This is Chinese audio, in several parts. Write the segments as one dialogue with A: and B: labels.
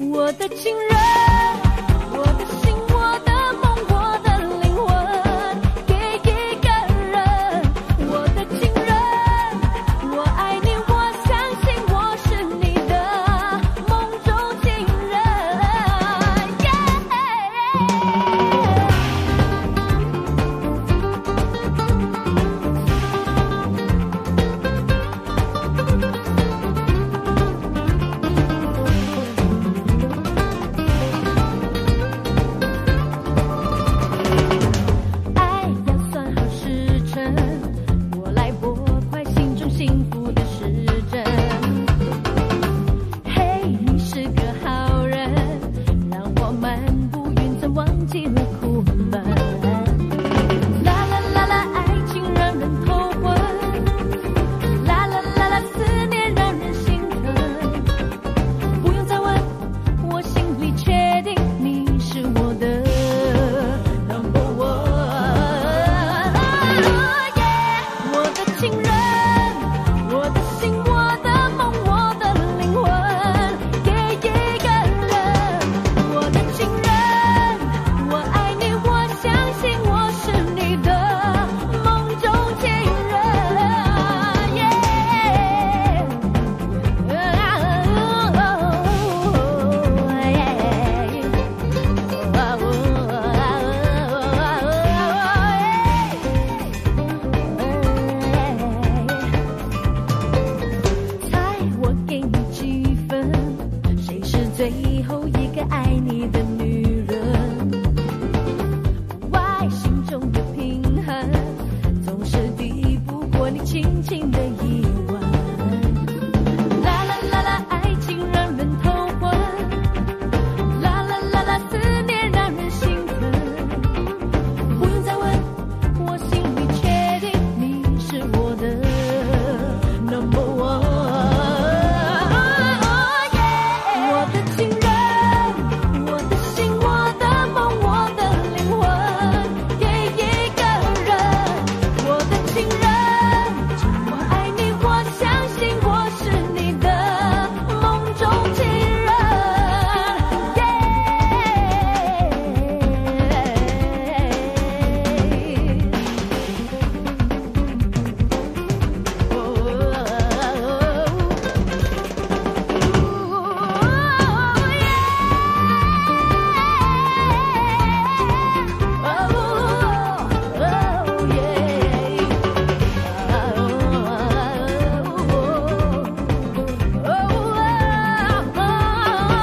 A: 我的情人，我的心，我的梦，我的灵魂，给一个人。我的情人，我爱你，我相信我是你的梦中情人。爱要算好时辰，我来拨快心中幸福的时针。嘿，你是个好人，让我漫步云层，忘记了苦闷。啦啦啦啦，爱情让人头昏。啦啦啦啦，思念让人心疼。不用再问，我心里确定你是我的 number one。我的情人，我的心，我的梦，我的灵魂，给一个人。我的情人，我爱你，我相信我是你的梦中情人。猜我给你几分？谁是最后一个爱你的女人？外心中的平衡，总是抵不过你轻轻的一吻。啦啦啦啦，爱情让人头昏。啦啦啦啦，思念让人兴奋。不用再问，我心里确定你是我的 number one。我的情人，我的心，我的梦，我的灵魂，给一个人。我的情人。我爱你，我相信我是你的梦中情人。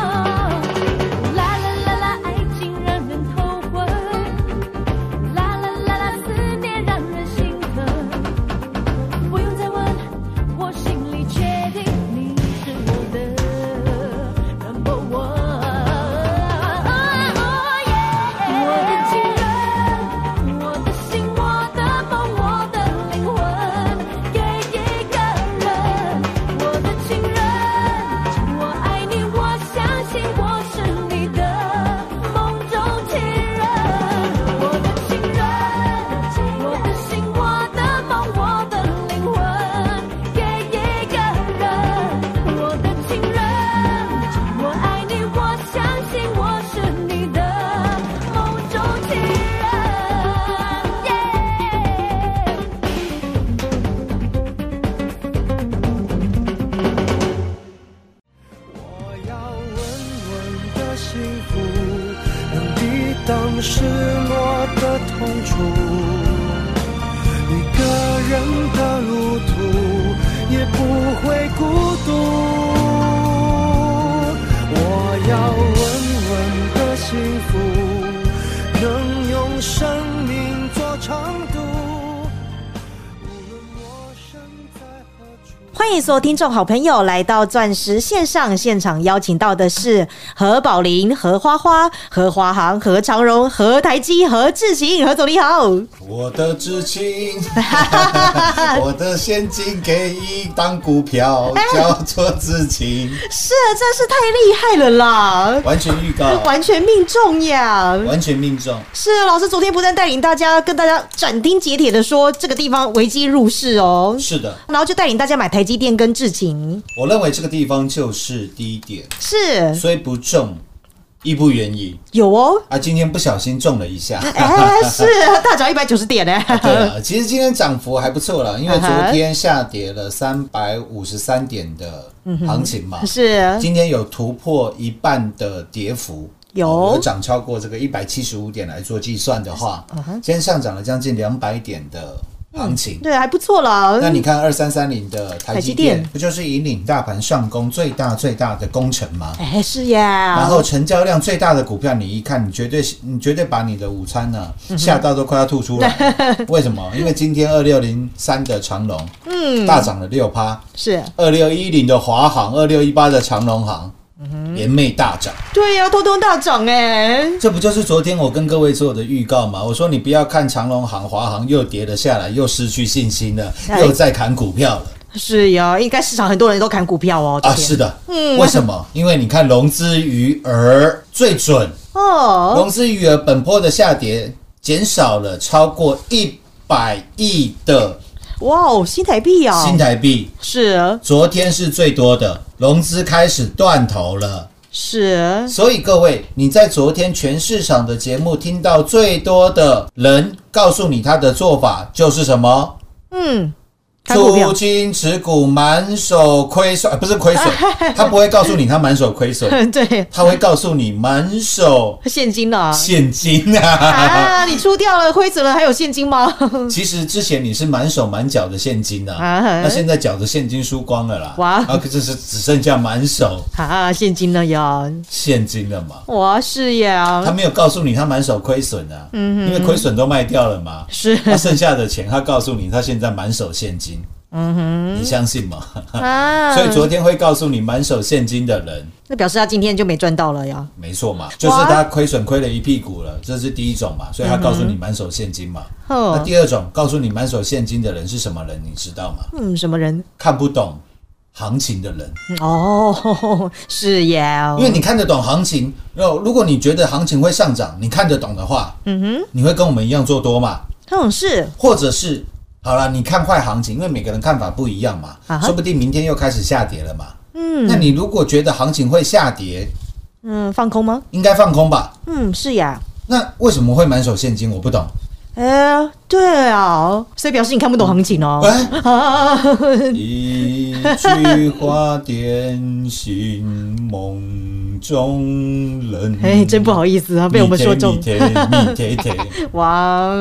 A: 啦啦啦啦，爱情让人头昏；啦啦啦啦，思念让人心疼。不用再问，我心里确定你是我的 number one。我的情人，我的心，我的梦，我的灵魂，给一个人。我的情人，我爱你，我相信我是你的梦中情人。我的情人，我的心，我的梦，我的灵魂，给一个人。我的情人，我爱你，我相信我是你的梦中情人。耶。
B: 我要稳稳的幸福，能抵挡失落的痛楚。一个人的路途也不会孤独。我要稳稳的幸福，能用生命做长度。无论我身在何处。
C: 欢迎所有听众好朋友来到钻石线上现场，邀请到的是何宝林、何花花、何华航、何长荣、何台基、何志行、何总，你好。
D: 我的至亲，我的现金给一档股票，叫做至亲，
C: 是，啊真是太厉害了啦！
D: 完全预告，
C: 完全命中呀！
D: 完全命中。
C: 是啊老师昨天不但带领大家跟大家斩钉截铁的说这个地方危机入市哦，
D: 是的，
C: 然后就带领大家买台积电跟智勤，
D: 我认为这个地方就是低点，
C: 是
D: 虽不中，亦不远矣。
C: 有哦，
D: 啊，今天不小心中了一下。
C: 哎、是大涨一百九十点呢、哎
D: 对了，其实今天涨幅还不错了，因为昨天下跌了三百五十三点的行情
C: 嗯
D: 嘛，
C: 是
D: 今天有突破一半的跌幅。
C: 有
D: 哦如果涨超过这个一百七十五点来做计算的话，今天上涨了将近两百点的行情。
C: 嗯对，还不错啦。
D: 那你看二三三零的台积
C: 台积
D: 电
C: 电，
D: 不就是引领大盘上攻最大最大的功臣吗？
C: 哎、是呀，
D: 然后成交量最大的股票，你一看，你绝对你绝对把你的午餐呢吓到都快要吐出来了。为什么？因为今天二六零三的长隆，嗯，大涨了六趴；
C: 是
D: 二六一零的华航，二六一八的长隆航，联袂大涨。
C: 对呀、通通大涨哎、
D: 这不就是昨天我跟各位做的预告吗？我说你不要看长隆航、华航又跌了下来，又失去信心了，
C: 哎
D: 又在砍股票了
C: 是呀，应该市场很多人都砍股票哦，
D: 啊！
C: 昨天
D: 是的，为什么？因为你看融资余额最准。
C: 哦，
D: 融资余额本波的下跌减少了超过一百亿的
C: 哇哦，新台币啊、
D: 新台币，
C: 是
D: 昨天是最多的，融资开始断头了。
C: 是
D: 所以各位，你在昨天全市场的节目听到最多的人告诉你他的做法就是什么？
C: 嗯，看股
D: 出
C: 票
D: 金持股，满手亏损，啊不是亏损，他不会告诉你他满手亏损，
C: 对，
D: 他会告诉你满手
C: 现金 啦、
D: 现金啊。
C: 啊，你出掉了，亏损了，还有现金吗？
D: 其实之前你是满手满脚的现金呐、
C: 啊哈
D: 那现在脚的现金输光了啦，
C: 哇
D: 啊，可是只剩下满手
C: 啊，现金了呀！
D: 现金了嘛。
C: 哇，是
D: 他
C: 呀，
D: 没有告诉你他满手亏损啊，
C: 嗯
D: 因为亏损都卖掉了嘛，
C: 是
D: 他剩下的钱他告诉你他现在满手现金，嗯哼，嗯你相信吗？
C: 啊，
D: 所以昨天会告诉你满手现金的人，
C: 那表示他今天就没赚到了呀。
D: 没错嘛，就是他亏损亏了一屁股了，这是第一种嘛，所以他告诉你满手现金嘛。那
C: 哦，
D: 第二种告诉你满手现金的人是什么人，你知道吗？
C: 嗯，什么人？
D: 看不懂行情的人，
C: 哦， 是呀
D: 因，为你看得懂行情，然后如果你觉得行情会上涨，你看得懂的话，嗯哼，你会跟我们一样做多嘛？
C: 嗯，是
D: 或者是好了，你看坏行情，因为每个人看法不一样嘛，
C: 啊哈
D: 说不定明天又开始下跌了嘛。嗯，那你如果觉得行情会下跌，
C: 嗯，放空吗？
D: 应该放空吧？
C: 嗯，是呀。
D: 那为什么会满手现金？我不懂。
C: 哎，对啊，所以表示你看不懂行情哦。
D: 哎
C: 啊，
D: 嗯一句话点醒梦中 人。
C: 哎，真不好意思啊，被我们说中
D: 蜜。甜蜜甜蜜甜甜
C: 哇，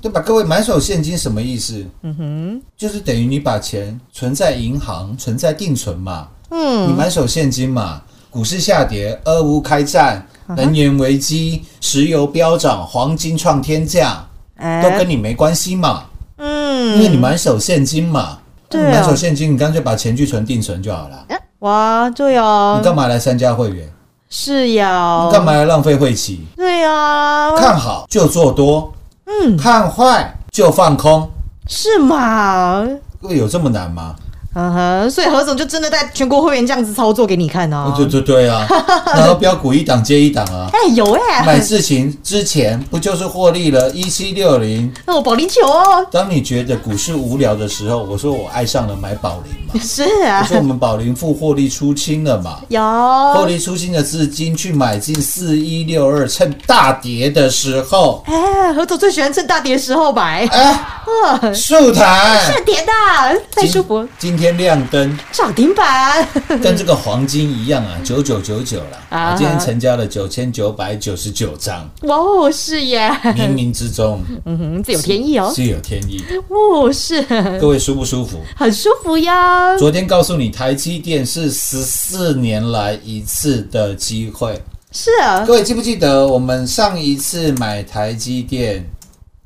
D: 对吧？各位，满手现金什么意思？嗯哼，就是等于你把钱存在银行，存在定存嘛。嗯，你满手现金嘛。股市下跌，俄乌开战，能源危机，石油飙涨，黄金创天价，都
C: 哎，
D: 跟你没关系嘛，因为
C: 嗯，
D: 你满手现金嘛。
C: 对啊
D: 你满手现金，你干脆把钱去存定存就好了。
C: 哇，对啊
D: 你，干嘛来参加会员？
C: 是呀
D: 你，干嘛来浪费会期？
C: 对啊呀，
D: 看好就做多，嗯，看坏就放空。
C: 是嘛？
D: 各位有这么难吗？
C: 嗯哼，所以何总就真的在全国会员这样子操作给你看啊。
D: 对对 对啊，然后标股一档接一档啊。
C: 哎、有哎、
D: 买事情之前不就是获利了一七六零？
C: 那我保龄球哦，
D: 当你觉得股市无聊的时候，我说我爱上了买宝林 嘛，
C: 是
D: 我
C: 啊，
D: 说我们宝林富获利出清了嘛，
C: 有
D: 获利出清的资金去买进四一六二，趁大跌的时候，
C: 哎、何总最喜欢趁大跌时候买，
D: 哎，
C: 嗯，
D: 速弹
C: 趁跌的太舒服，
D: 今天亮 灯，
C: 涨停板，
D: 跟这个黄金一样啊，九九九九啦，
C: 啊
D: 啊，今天成交了九千九百九十九 张，
C: 哇哦，是耶，
D: 冥冥之中。
C: 嗯哼，自有天意哦，
D: 是有天意。
C: 哦，是
D: 各位舒不舒服？
C: 很舒服呀，
D: 昨天告诉你，台积电是十四年来一次的机会。
C: 是啊，
D: 各位记不记得我们上一次买台积电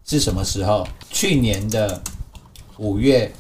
D: 是什么时候？去年的五月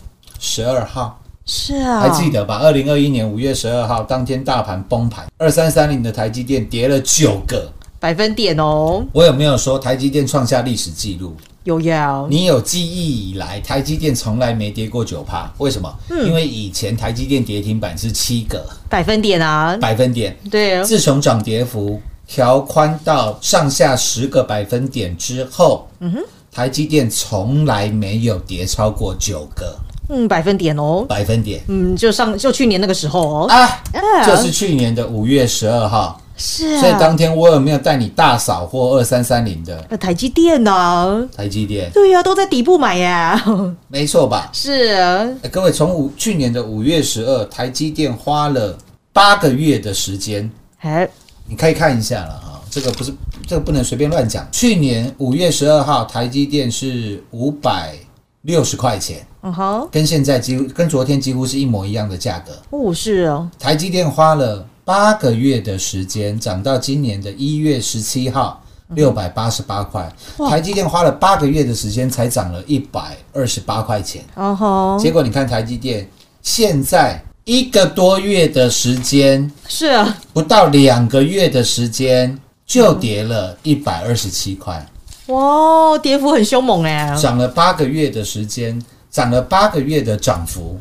D: 十二号。
C: 是啊，
D: 还记得吧？二零二一年五月十二号当天大盘崩盘，二三三零的台积电跌了九个。
C: 百分点哦，
D: 我有没有说台积电创下历史纪录？
C: 有要
D: 你有记忆以来，台积电从来没跌过九趴，为什么？
C: 嗯
D: 因为以前台积电跌停板是七个
C: 百分点啊，
D: 百分点，
C: 对，啊
D: 自从涨跌幅调宽到上下十个百分点之后，
C: 嗯
D: 台积电从来没有跌超过九个
C: 嗯，百分点哦，
D: 百分点
C: 嗯，就上就去年那个时候哦，
D: 啊，
C: 啊
D: 就是去年的五月十二号。
C: 是啊，
D: 所以当天我有没有带你大扫货二三三零的
C: 呃台积电呢、
D: 台积电？
C: 对啊呀、都在底部买呀，
D: 没错吧？
C: 是啊，
D: 哎各位，从五去年的五月十二，台积电花了八个月的时间，
C: 哎，
D: 你可以看一下了啊、这个不是，这个不能随便乱讲。去年五月十二号，台积电是五百六十块钱，
C: 嗯哼，
D: 跟现在几乎跟昨天几乎是一模一样的价格。
C: 哦是哦，
D: 台积电花了八个月的时间，涨到今年的一月十七号六百八十八块。台积电花了八个月的时间，才涨了一百二十八块钱。
C: 嗯哼，
D: 结果你看台积电现在一个多月的时间，
C: 是啊，
D: 不到两个月的时间。就跌了一百二十七块，
C: 哇，跌幅很凶猛哎，
D: 涨了八个月的时间，涨了八个月的涨幅，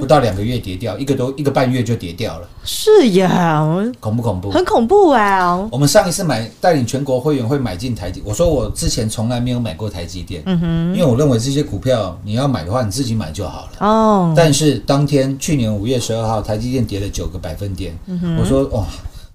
D: 不到两个月跌掉，一个多一个半月就跌掉了，
C: 是呀，
D: 恐不恐怖？
C: 很恐怖啊，
D: 我们上一次买带领全国会员会买进台积，我说我之前从来没有买过台积电，因为我认为这些股票你要买的话，你自己买就好了。
C: 哦，
D: 但是当天去年五月十二号，台积电跌了九个百分点，我说哇、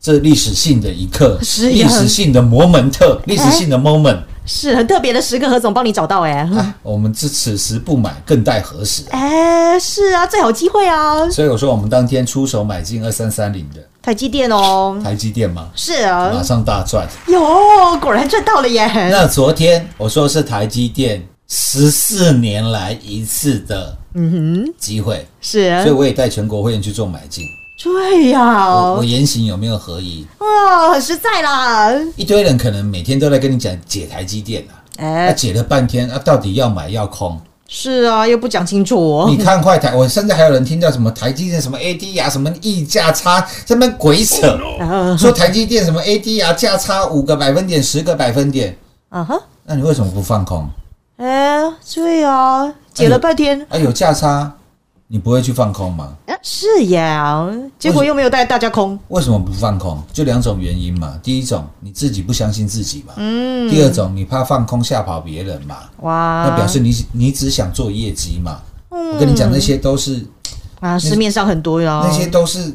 D: 这历史性的一刻，
C: 是呀
D: 历史性的摩门特，历史性的 moment，、
C: 是很特别的时刻，何总帮你找到哎，
D: 啊，我们自此时不买，更待何时？啊
C: 哎，是啊，最好机会啊，
D: 所以我说我们当天出手买进二三三零的
C: 台积电哦，
D: 台积电嘛，
C: 是
D: 马
C: 啊，
D: 上大赚。
C: 有，果然赚到了耶，
D: 那昨天我说是台积电十四年来一次的机会，
C: 是
D: 所以，我也带全国会员去做买进。
C: 对呀、
D: 我我
C: 啊，
D: 言行有没有合一？
C: 很实在啦，
D: 一堆人可能每天都在跟你讲解台积电啊，
C: 哎、
D: 啊解了半天啊，到底要买要空？
C: 是啊，又不讲清楚哦
D: 你，看坏台，我甚至还有人听到什么台积电什么 ADR 什么溢价差，这边鬼扯，
C: 啊
D: 说台积电什么 ADR 价差五个百分点、十个百分点，
C: 啊哈，
D: 那你为什么不放空？
C: 哎、对啊，解了半天，
D: 啊，有价差，你不会去放空吗？
C: 是呀，结果又没有带大家空，
D: 为什么不放空？就两种原因嘛。第一种，你自己不相信自己嘛。嗯。第二种，你怕放空吓跑别人嘛。
C: 哇，
D: 那表示你你只想做业绩嘛。
C: 嗯
D: 我跟你讲，那些都是
C: 啊，市面上很多呀，
D: 那些都是，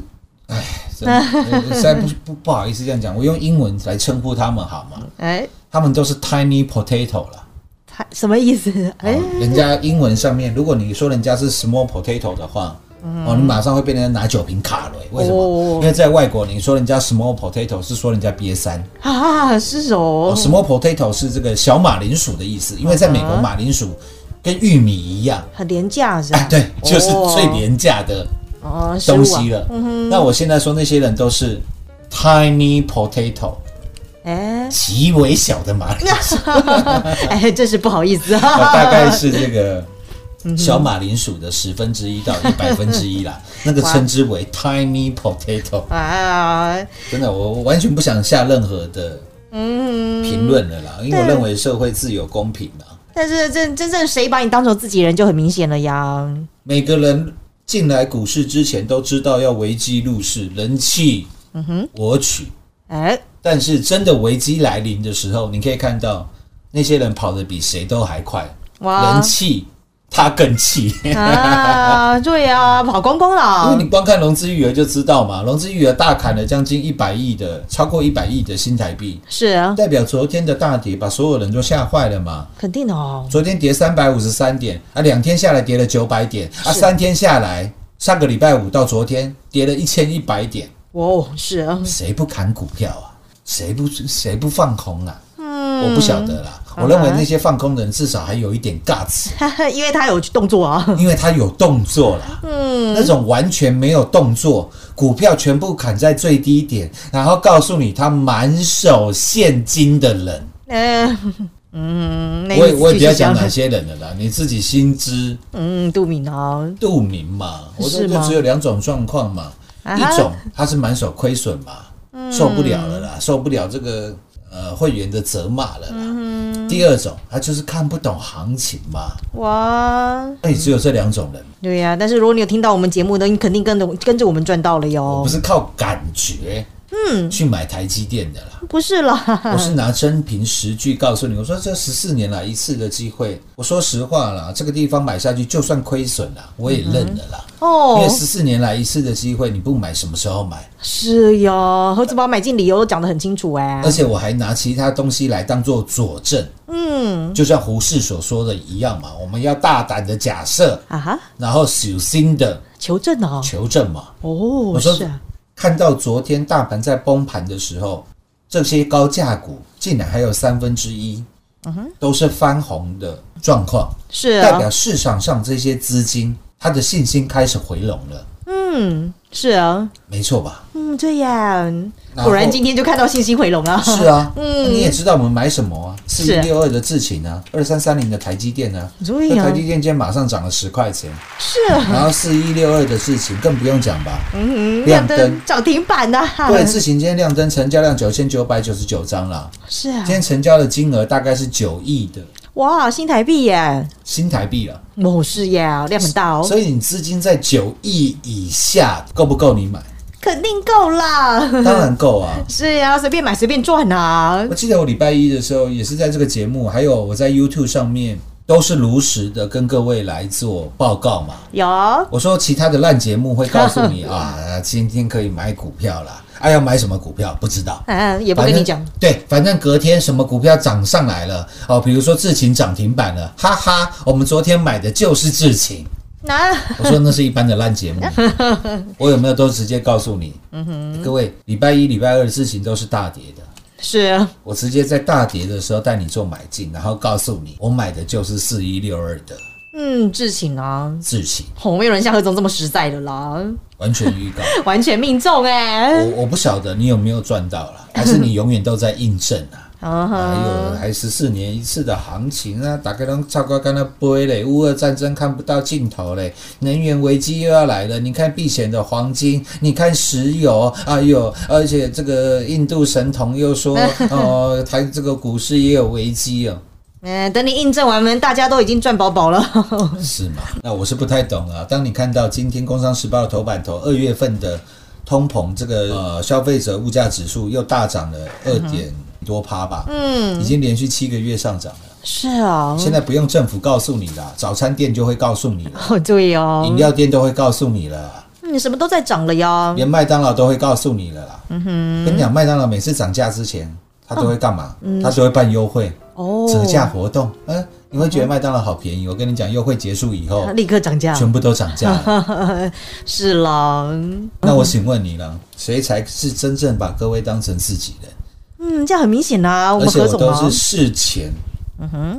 D: 哎，真的呃 实在不不不好意思这样讲，我用英文来称呼他们好吗？
C: 哎、
D: 他们都是 tiny potato 啦。
C: 他什么意思？哎、
D: 哦人家英文上面，如果你说人家是 small potato 的话，哦，你马上会被人家拿酒瓶卡了。为什么？
C: 嗯哦
D: 因为在外国，你说人家 small potato 是说人家瘪三。
C: 啊，是哦
D: 哦、，small potato 是这个小马铃薯的意思，因为在美国
C: 啊
D: 马铃薯跟玉米一样，
C: 很廉价是吧、
D: 哎，对，就是
C: 哦
D: 最廉价的
C: 哦，食物
D: 东
C: 啊
D: 西了。那我现在说那些人都是 tiny potato，
C: 哎
D: 极为小的马铃薯，
C: 哎，真是不好意思啊，
D: 大概 是这个。
C: 嗯
D: 小马铃薯的十分之一到一百分 之一啦，那个称之为 tiny potato。
C: 啊，
D: 真的，我我完全不想下任何的
C: 嗯
D: 评论了啦，因为我认为社会自有公平啦。
C: 但是真真正谁把你当成自己人就很明显了呀。
D: 每个人进来股市之前都知道要危机入市，人气，
C: 嗯
D: 我取。
C: 哎，
D: 但是真的危机来临的时候，你可以看到那些人跑得比谁都还快，
C: 哇
D: 人气他更气。
C: 啊，对呀，跑光光
D: 因为
C: 了
D: 你。光看融资余额就知道嘛，融资余额大砍了将近一百亿的，超过一百亿的新台币，
C: 是啊，
D: 代表昨天的大跌把所有人都吓坏了嘛。
C: 肯定的哦。
D: 昨天跌三百五十三点啊，两天下来跌了九百点啊，三天下来，上个礼拜五到昨天跌了一千一百点，
C: 哇哦，是啊，
D: 谁不砍股票啊？谁不谁不放空啊？嗯，我不晓得啦。我认为那些放空的人至少还有一点 guts，
C: 因为他有动作啊。
D: 因为他有动作啦。嗯，那种完全没有动作，股票全部砍在最低点，然后告诉你他满手现金的人，
C: 嗯，嗯，那
D: 我也
C: 你
D: 我也
C: 继续
D: 不要讲哪些人了啦，你自己心知
C: 嗯，杜敏豪，
D: 肚明嘛。我
C: 是
D: 说
C: 吗
D: 就只有两种状况嘛，
C: 啊哈嗯
D: 一种他是满手亏损嘛，受不了了啦，受不了这个呃会员的责骂了啦。
C: 嗯
D: 第二种他就是看不懂行情嘛，
C: 哇，
D: 那也只有这两种人，
C: 对呀、但是如果你有听到我们节目的，你肯定跟着跟着我们赚到了
D: 我
C: 哟
D: 不。是靠感觉嗯去买台积电的啦。
C: 不是啦，
D: 我是拿真凭实据告诉你，我说这十四年来一次的机会，我说实话啦，这个地方买下去就算亏损啦，我也认了啦。因
C: 哦
D: 为，十四年来一次的机会，你不买什么时候买？
C: 是哟，何子宝买进理由都讲得很清楚哎、
D: 而且我还拿其他东西来当做佐证，嗯，就像胡适所说的一样嘛，我们要大胆的假设，
C: 啊哈，
D: 然后小心的
C: 求证哦，
D: 求证嘛。
C: 哦，
D: 我说
C: 是啊，
D: 看到昨天大盘在崩盘的时候，这些高价股竟然还有三分之一，都是翻红的状况，
C: 嗯是
D: 代表
C: 啊，
D: 市场上这些资金它的信心开始回笼了，
C: 嗯，是啊，
D: 没错吧？
C: 嗯，对呀，
D: 然后
C: 果然今天就看到信息回笼了，
D: 是啊，嗯，你也知道我们买什么啊？四
C: 是
D: 一六二的智勤啊，二三三零的台积电啊，
C: 对
D: 那
C: 哎呀
D: 台积电今天马上涨了十块钱，
C: 是啊，
D: 然后四一六二的智勤更不用讲吧，
C: 嗯，
D: 亮
C: 亮
D: 灯
C: 灯涨停板呐、啊，
D: 对，智勤今天亮灯，成交量九千九百九十九张啦，
C: 是啊
D: 今，天成交的金额大概是九亿的
C: 哇，新台币耶，
D: 新台币了，
C: 哦，是呀，量很大哦，
D: 所以你资金在九亿以下够不够你买？
C: 肯定够啦，
D: 当然够啊。
C: 是呀，随便买随便赚啊，
D: 我记得我礼拜一的时候也是在这个节目，还有我在 YouTube 上面都是如实的跟各位来做报告嘛。
C: 有啊
D: 我说其他的烂节目会告诉 你啊，今天可以买股票啦，啊要买什么股票不知道，
C: 嗯，也不跟你讲
D: 反，正。对，反正隔天什么股票涨上来了哦，比如说智勤涨停板了，哈哈，我们昨天买的就是 智勤。
C: 那、
D: 我说那是一般的 烂节目，我有没有都直接告诉你？
C: 嗯
D: 各位，礼拜一、礼拜二的事情都是大跌的，
C: 是啊
D: 我直接在大跌的时候带你做买进，然后告诉你，我买的就是四一六二的
C: 嗯，智勤啊，
D: 智勤，
C: 哦，没有人像何总这么实在的啦，
D: 完全预告。
C: 完全命中哎、
D: 我我不晓得你有没有赚到啦，还是你永远都在印证 啊？
C: 啊
D: 还
C: 哈，
D: 有还十四年一次的行情啊，大概都超过刚才杯嘞，乌俄战争看不到尽头嘞，能源危机又要来了。你看避险的黄金，你看石油，哎呦，而且这个印度神童又说，哦，台这个股市也有危机哦，
C: 嗯、等你印证完们，大家都已经赚饱饱 了。
D: 是吗？那我是不太懂啊。当你看到今天《工商时报》的头版头，二月份的通膨
C: 嗯
D: 这个呃消费者物价指数又大涨了二点多趴吧，嗯，已经连续七个月上涨了。
C: 是啊，
D: 现在不用政府告诉你啦，早餐店就会告诉你了，
C: 哦对哦，
D: 饮料店都会告诉你了，
C: 嗯，什么都在涨了呀。
D: 连麦当劳都会告诉你了啦。
C: 嗯
D: 跟你讲，麦当劳每次涨价之前，他都会干嘛？他都会办优惠、
C: 嗯哦，
D: 折价活动。嗯，你会觉得麦当劳好便宜。我跟你讲，优惠结束以后
C: 啊，立刻涨价，
D: 全部都涨价了。
C: 是啦。嗯
D: 那我请问你了，谁才是真正把各位当成自己人？
C: 嗯，这样很明显啊，我
D: 而
C: 们
D: 且
C: 何
D: 我
C: 总嗯
D: 都
C: 啊，
D: 是事前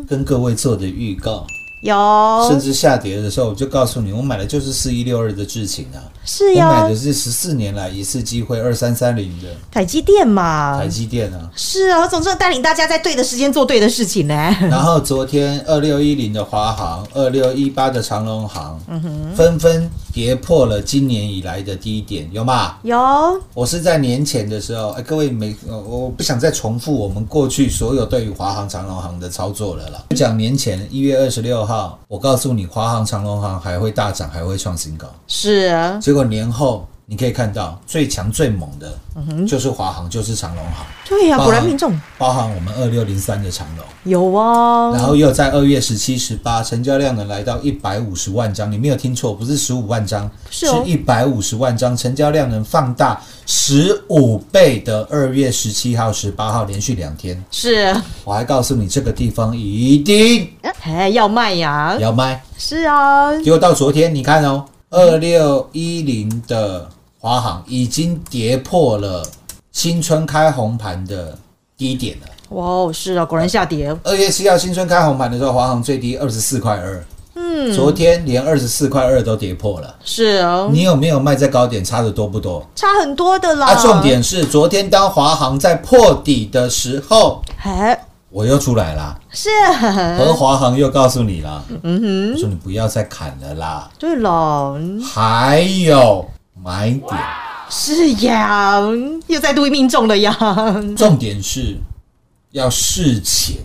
D: 跟各位做的预告，甚
C: 有
D: 至下跌的时候，我就告诉你，我买的就是四一六二的智勤啊。
C: 是
D: 我
C: 呀
D: 买的，是十四年来一次机会二三三零的
C: 台积电嘛
D: 台，积电啊，
C: 是啊，何总正带领大家在对的时间做对的事情呢。
D: 然后昨天二六一零的华航，二六一八的长隆航，
C: 嗯
D: 纷纷跌破了今年以来的低点，有吗？
C: 有
D: 我是在年前的时候，哎，各位没，呃我不想再重复我们过去所有对于华航、长隆航的操作了啦。就讲年前一月二十六号，我告诉你，华航、长隆航还会大涨，还会创新高。
C: 是啊，
D: 结果年后你可以看到，最强最猛的，就是华航，就是长隆航。
C: 对呀，
D: 包含
C: 果然命中
D: 包含我们二六零三的长龙，
C: 有啊。
D: 然后又在二月十七、十八，成交量能来到一百五十万张，你没有听错，不是十五万张，
C: 是哦
D: 一百五十万张，成交量能放大十五倍的二月十七号、十八号连续两天，
C: 是，
D: 我还告诉你这个地方一定
C: 哎，要卖呀，
D: 要卖，
C: 是啊，
D: 结果到昨天你看哦，二六一零的华航已经跌破了新春开红盘的低点了。
C: 哇哦，是啊，果然下跌，
D: 二月七号新春开红盘的时候，华航最低二十四块二，嗯，哦昨天连二十四块二都跌破了。
C: 是啊，
D: 你啊有没有卖在高点？差的多不多？
C: 差很多的啦。
D: 啊，重，点是昨天当华航在破底的时候，
C: 哎，
D: 我又出来啦，
C: 是，
D: 和华航又告诉你啦，嗯嗯哼，嗯说你不要再砍了啦。
C: 对了，
D: 还有买点，
C: 是呀，又再度命中了呀。
D: 重点是要事前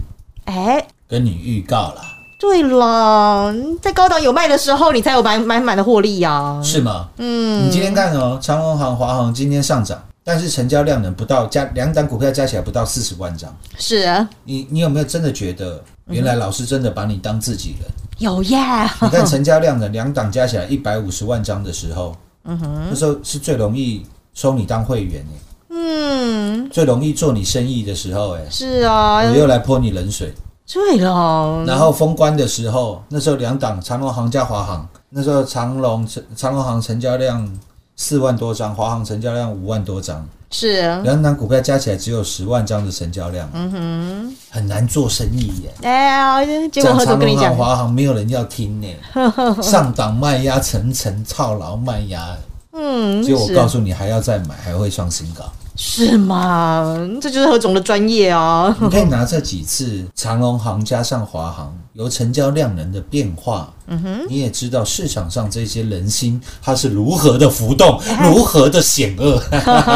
C: 哎，
D: 跟你预告啦，
C: 对了，在高档有卖的时候，你才有满满满的获利呀、
D: 是吗？
C: 嗯，
D: 你今天看哦，长隆行、华航今天上涨，但是成交量能不到加两档股票加起来不到四十万张，
C: 是啊
D: 你你有没有真的觉得原来老师真的把你当自己 人？
C: 有耶。
D: 你看成交量呢，两档加起来一百五十万张的时候，嗯哼，那时候是最容易收你当会员耶
C: 嗯，
D: 最容易做你生意的时候，哎，嗯
C: 是啊，
D: 我又来泼你冷水。
C: 对了，
D: 然后封关的时候，那时候两档长隆行加华航，那时候长隆长隆行成交量四万多张，华航成交量五万多张，
C: 是啊
D: 两档股票加起来只有十万张的成交量，嗯哼，很难做生意耶。
C: 哎呀，结果
D: 样
C: 何总
D: 长
C: 跟
D: 隆
C: 你
D: 行、
C: 讲，
D: 华航没有人要 听呢，上档卖压层层套牢卖压，
C: 嗯，
D: 结果我
C: 是
D: 告诉你还要再买，还会 创新高。
C: 嗯是吗？这就是何总的专业 啊。
D: 你可以拿这几次长隆行加上华航由成交量能的变化，嗯哼，你也知道市场上这些人心它是如何的浮动，如何的险恶，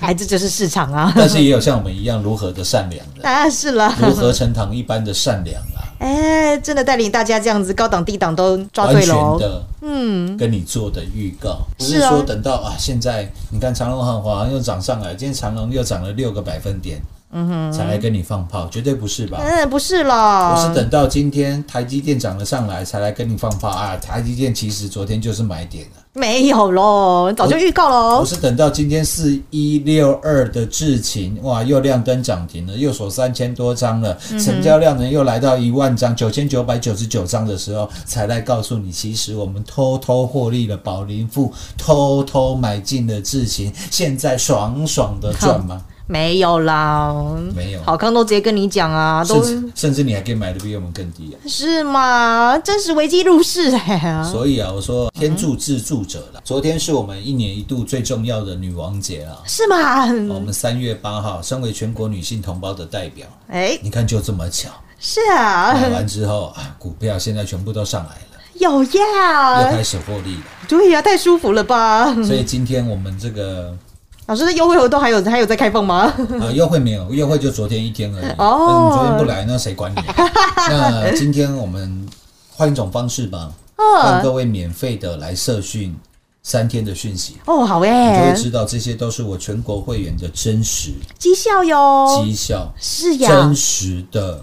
C: 哎，这就是市场啊。
D: 但是也有像我们一样如何的善良的，
C: 当然是了，
D: 如何成堂一般的善良啊，
C: 哎，真的带领大家这样子高档低档都抓
D: 完
C: 对
D: 全
C: 喽。
D: 的。
C: 嗯，
D: 跟你做的预告，不
C: 是
D: 是
C: 啊
D: 说等到啊，现在你看长隆行、华航又涨上来，今天长隆又涨了六个百分点，嗯哼，才来跟你放炮，绝对不是吧？
C: 嗯，不是啦，
D: 我是等到今天台积电涨了上来才来跟你放炮啊！台积电其实昨天就是买点了。
C: 没有喽，早就预告
D: 我
C: 喽。
D: 是等到今天四一六二的智勤，哇，又亮灯涨停了，又锁三千多张了，
C: 嗯
D: 成交量呢又来到一万张，九千九百九十九张的时候，才来告诉你，其实我们偷偷获利了宝林富，偷偷买进了智勤，现在爽爽的赚吗？
C: 没有啦，
D: 没有
C: 好康都直接跟你讲啊，
D: 甚
C: 都
D: 至甚至你还可以买的比我们更低啊！
C: 是吗？真实危机入市哎、呀，
D: 所以啊，我说天助自助者了。昨天是我们一年一度最重要的女王节啊，
C: 是吗？
D: 我们三月八号，身为全国女性同胞的代表，
C: 哎、
D: 你看就这么巧，
C: 是啊，
D: 买完之后啊，股票现在全部都上来了，
C: 有
D: 又
C: 呀
D: 开，始获利了。
C: 对呀、太舒服了吧？
D: 所以今天我们这个
C: 老师的优惠活动还有还有在开放 吗？
D: 呃优惠没有，优惠就昨天一天而已。
C: 哦
D: 那你昨天不来，那谁管 你？啊那今天我们换一种方式吧，
C: 啊哦
D: 让各位免费的来社训三天的讯息。
C: 哦，好
D: 你就
C: 哎、
D: 会知道这些都是我全国会员的真实
C: 绩效哟，
D: 绩效、
C: 哦是呀
D: 真，实的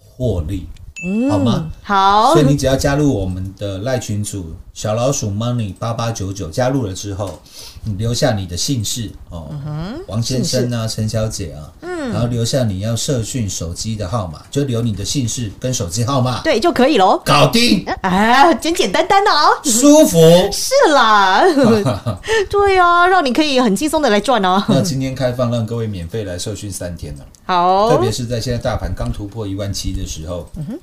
D: 获利，
C: 嗯
D: 好吗？
C: 好
D: 所以，你只要加入我们的赖群组小老鼠 money 八八九九，加入了之后，你留下你的姓氏哦，王先生啊，陈小姐啊，嗯，然后留下你要社讯手机的号码，就留你的姓氏跟手机号码，
C: 对就可以喽。
D: 搞定，
C: 哎、简简单单的哦，
D: 舒 服。
C: 是啦， 对啊，让你可以很轻松的来赚 哦。
D: 那今天开放让各位免费来受训三天了、
C: 好，
D: 特别是在现在大盘刚突破一万七的时候，哦嗯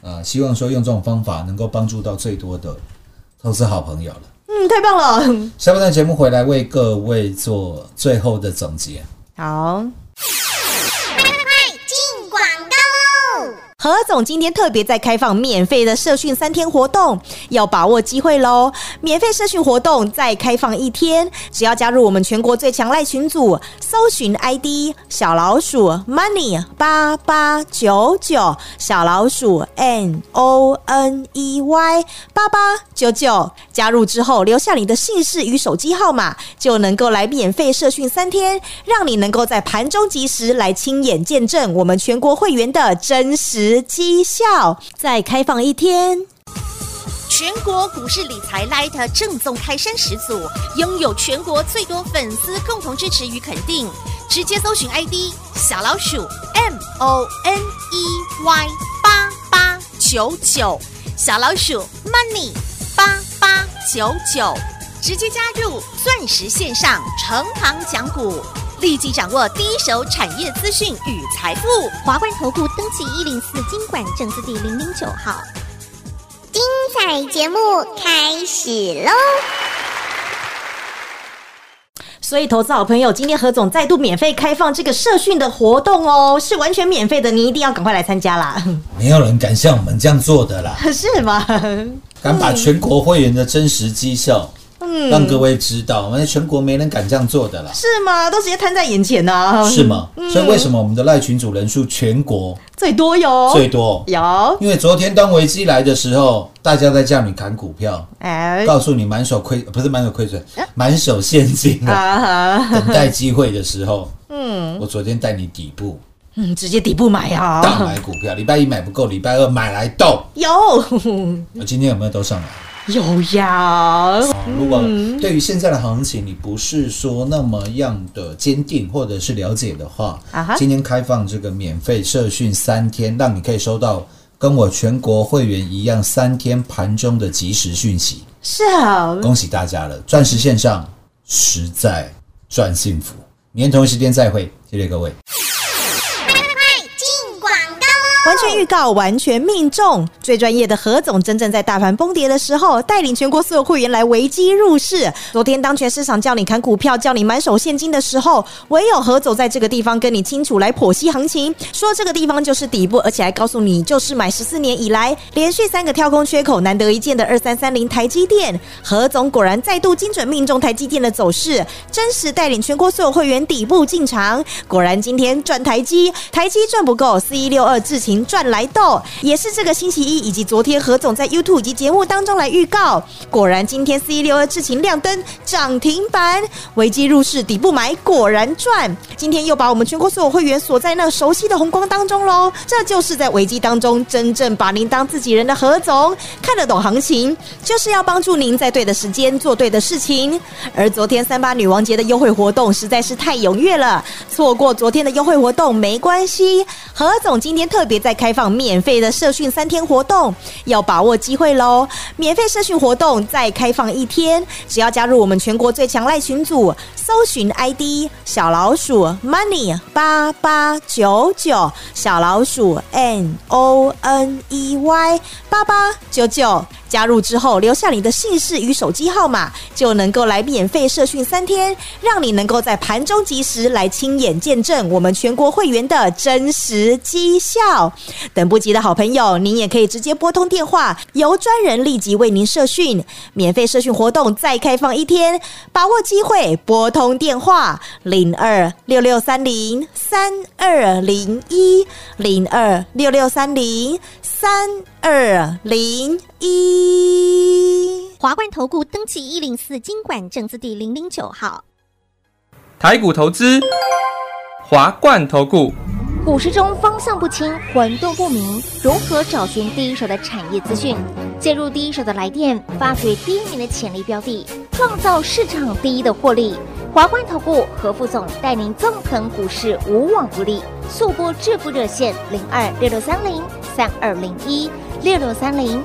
D: 啊，希望说用这种方法能够帮助到最多的投资好朋友了。
C: 嗯，太棒了。
D: 下半段节目回来为各位做最后的总结。
C: 好，
E: 进广告喽！
C: 何总今天特别在开放免费的社训三天活动，要把握机会喽！免费社训活动再开放一天，只要加入我们全国最强赖群组，搜寻 ID 小老鼠 money 八八九九，小老鼠 n o n e y 八八九九，加入之后留下你的姓氏与手机号码，就能够来免费社训三天，让你能够在盘中及时来亲眼见证我们全国会员的真实绩效。再开放一天，
E: 全国股市理财 Light 正宗开山始祖，拥有全国最多粉丝共同支持与肯定。直接搜寻 ID 小老鼠 M O N E Y 八八九九，小老鼠 Money 八八九九，直接加入钻石线上成行讲股，立即掌握第一手产业资讯与财富。华冠投顾登记一零四经管证字第零零九号。
F: 彩节目开始喽！
C: 所以，投资好朋友，今天何总再度免费开放这个社训的活动哦，是完全免费的，你一定要赶快来参加啦，
D: 没有人敢像我们这样做的啦，
C: 是吗？
D: 敢把全国会员的真实绩效，嗯，让各位知道，我们全国没人敢这样做的啦，
C: 是吗？都直接摊在眼前呐、
D: 是吗？所以为什么我们的赖群主人数全国
C: 最多有
D: 最多？
C: 有，
D: 因为昨天当危机来的时候，大家在叫你砍股票，
C: 哎
D: 告诉你满手亏，不是满手亏损，满手现金啊，
C: 啊哈，
D: 等待机会的时候， 嗯，我哦昨天带你底部
C: 嗯，直接底部买
D: 大
C: 啊，
D: 买股票，礼拜一买不够，礼拜二买来斗，
C: 有
D: 我呃今天有没有都上来？
C: 有呀，
D: 哦如果对于现在的行情你不是说那么样的坚定或者是了解的话
C: 啊哈，
D: 今天开放这个免费社训三天，让你可以收到跟我全国会员一样三天盘中的即时讯息。
C: 是啊，
D: 恭喜大家了，钻石线上实在赚幸福。明天同一时间再会，谢谢各位。
E: 进广告，
C: 完全预告，完全命中。最专业的何总，真正在大盘崩跌的时候，带领全国所有会员来危机入市。昨天当全市场叫你砍股票，叫你满手现金的时候，唯有何总在这个地方跟你清楚来剖析行情，说这个地方就是底部，而且还告诉你就是买十四年以来连续三个跳空缺口难得一见的二三三零台积电。何总果然再度精准命中台积电的走势，真实带领全国所有会员底部进场。果然今天赚台积，台积赚不够，四一六二智勤赚来豆，也是这个星期一以及昨天何总在 YouTube 以及节目当中来预告。果然今天四一六二智勤亮灯涨停板，危机入市底部买，果然赚。今天又把我们全国所有会员锁在那熟悉的红光当中喽，这就是在危机当中真正把您当自己人的何总，看得懂行情，就是要帮助您在对的时间做对的事情。而昨天三八女王节的优惠活动实在是太踊跃了，错过昨天的优惠活动没关系，何总今天特别在开放免费的社训三天活动，要把握机会喽！免费社训活动再开放一天，只要加入我们全国最强赖群组，搜寻 ID 小老鼠 money 八八九九，小老鼠 n o n e y 八八九九。加入之后，留下你的姓氏与手机号码，就能够来免费社训三天，让你能够在盘中及时来亲眼见证我们全国会员的真实绩效。等不及的好朋友，您也可以直接拨通电话，由专人立即为您社训。免费社训活动再开放一天，把握机会拨通电话零二六六三零三二零一零二六六三零三二零一。
E: 华冠投顾登记一零四经管证字第零零九号。
F: 台股投资，华冠投顾，
E: 股市中方向不清、混沌不明，如何找寻第一手的产业资讯，介入第一手的来电，发掘第一名的潜力标的，创造市场第一的获利？华冠投顾何副总带领纵横股市，无往不利。速播致富热线零二六六三零三二零一六六三零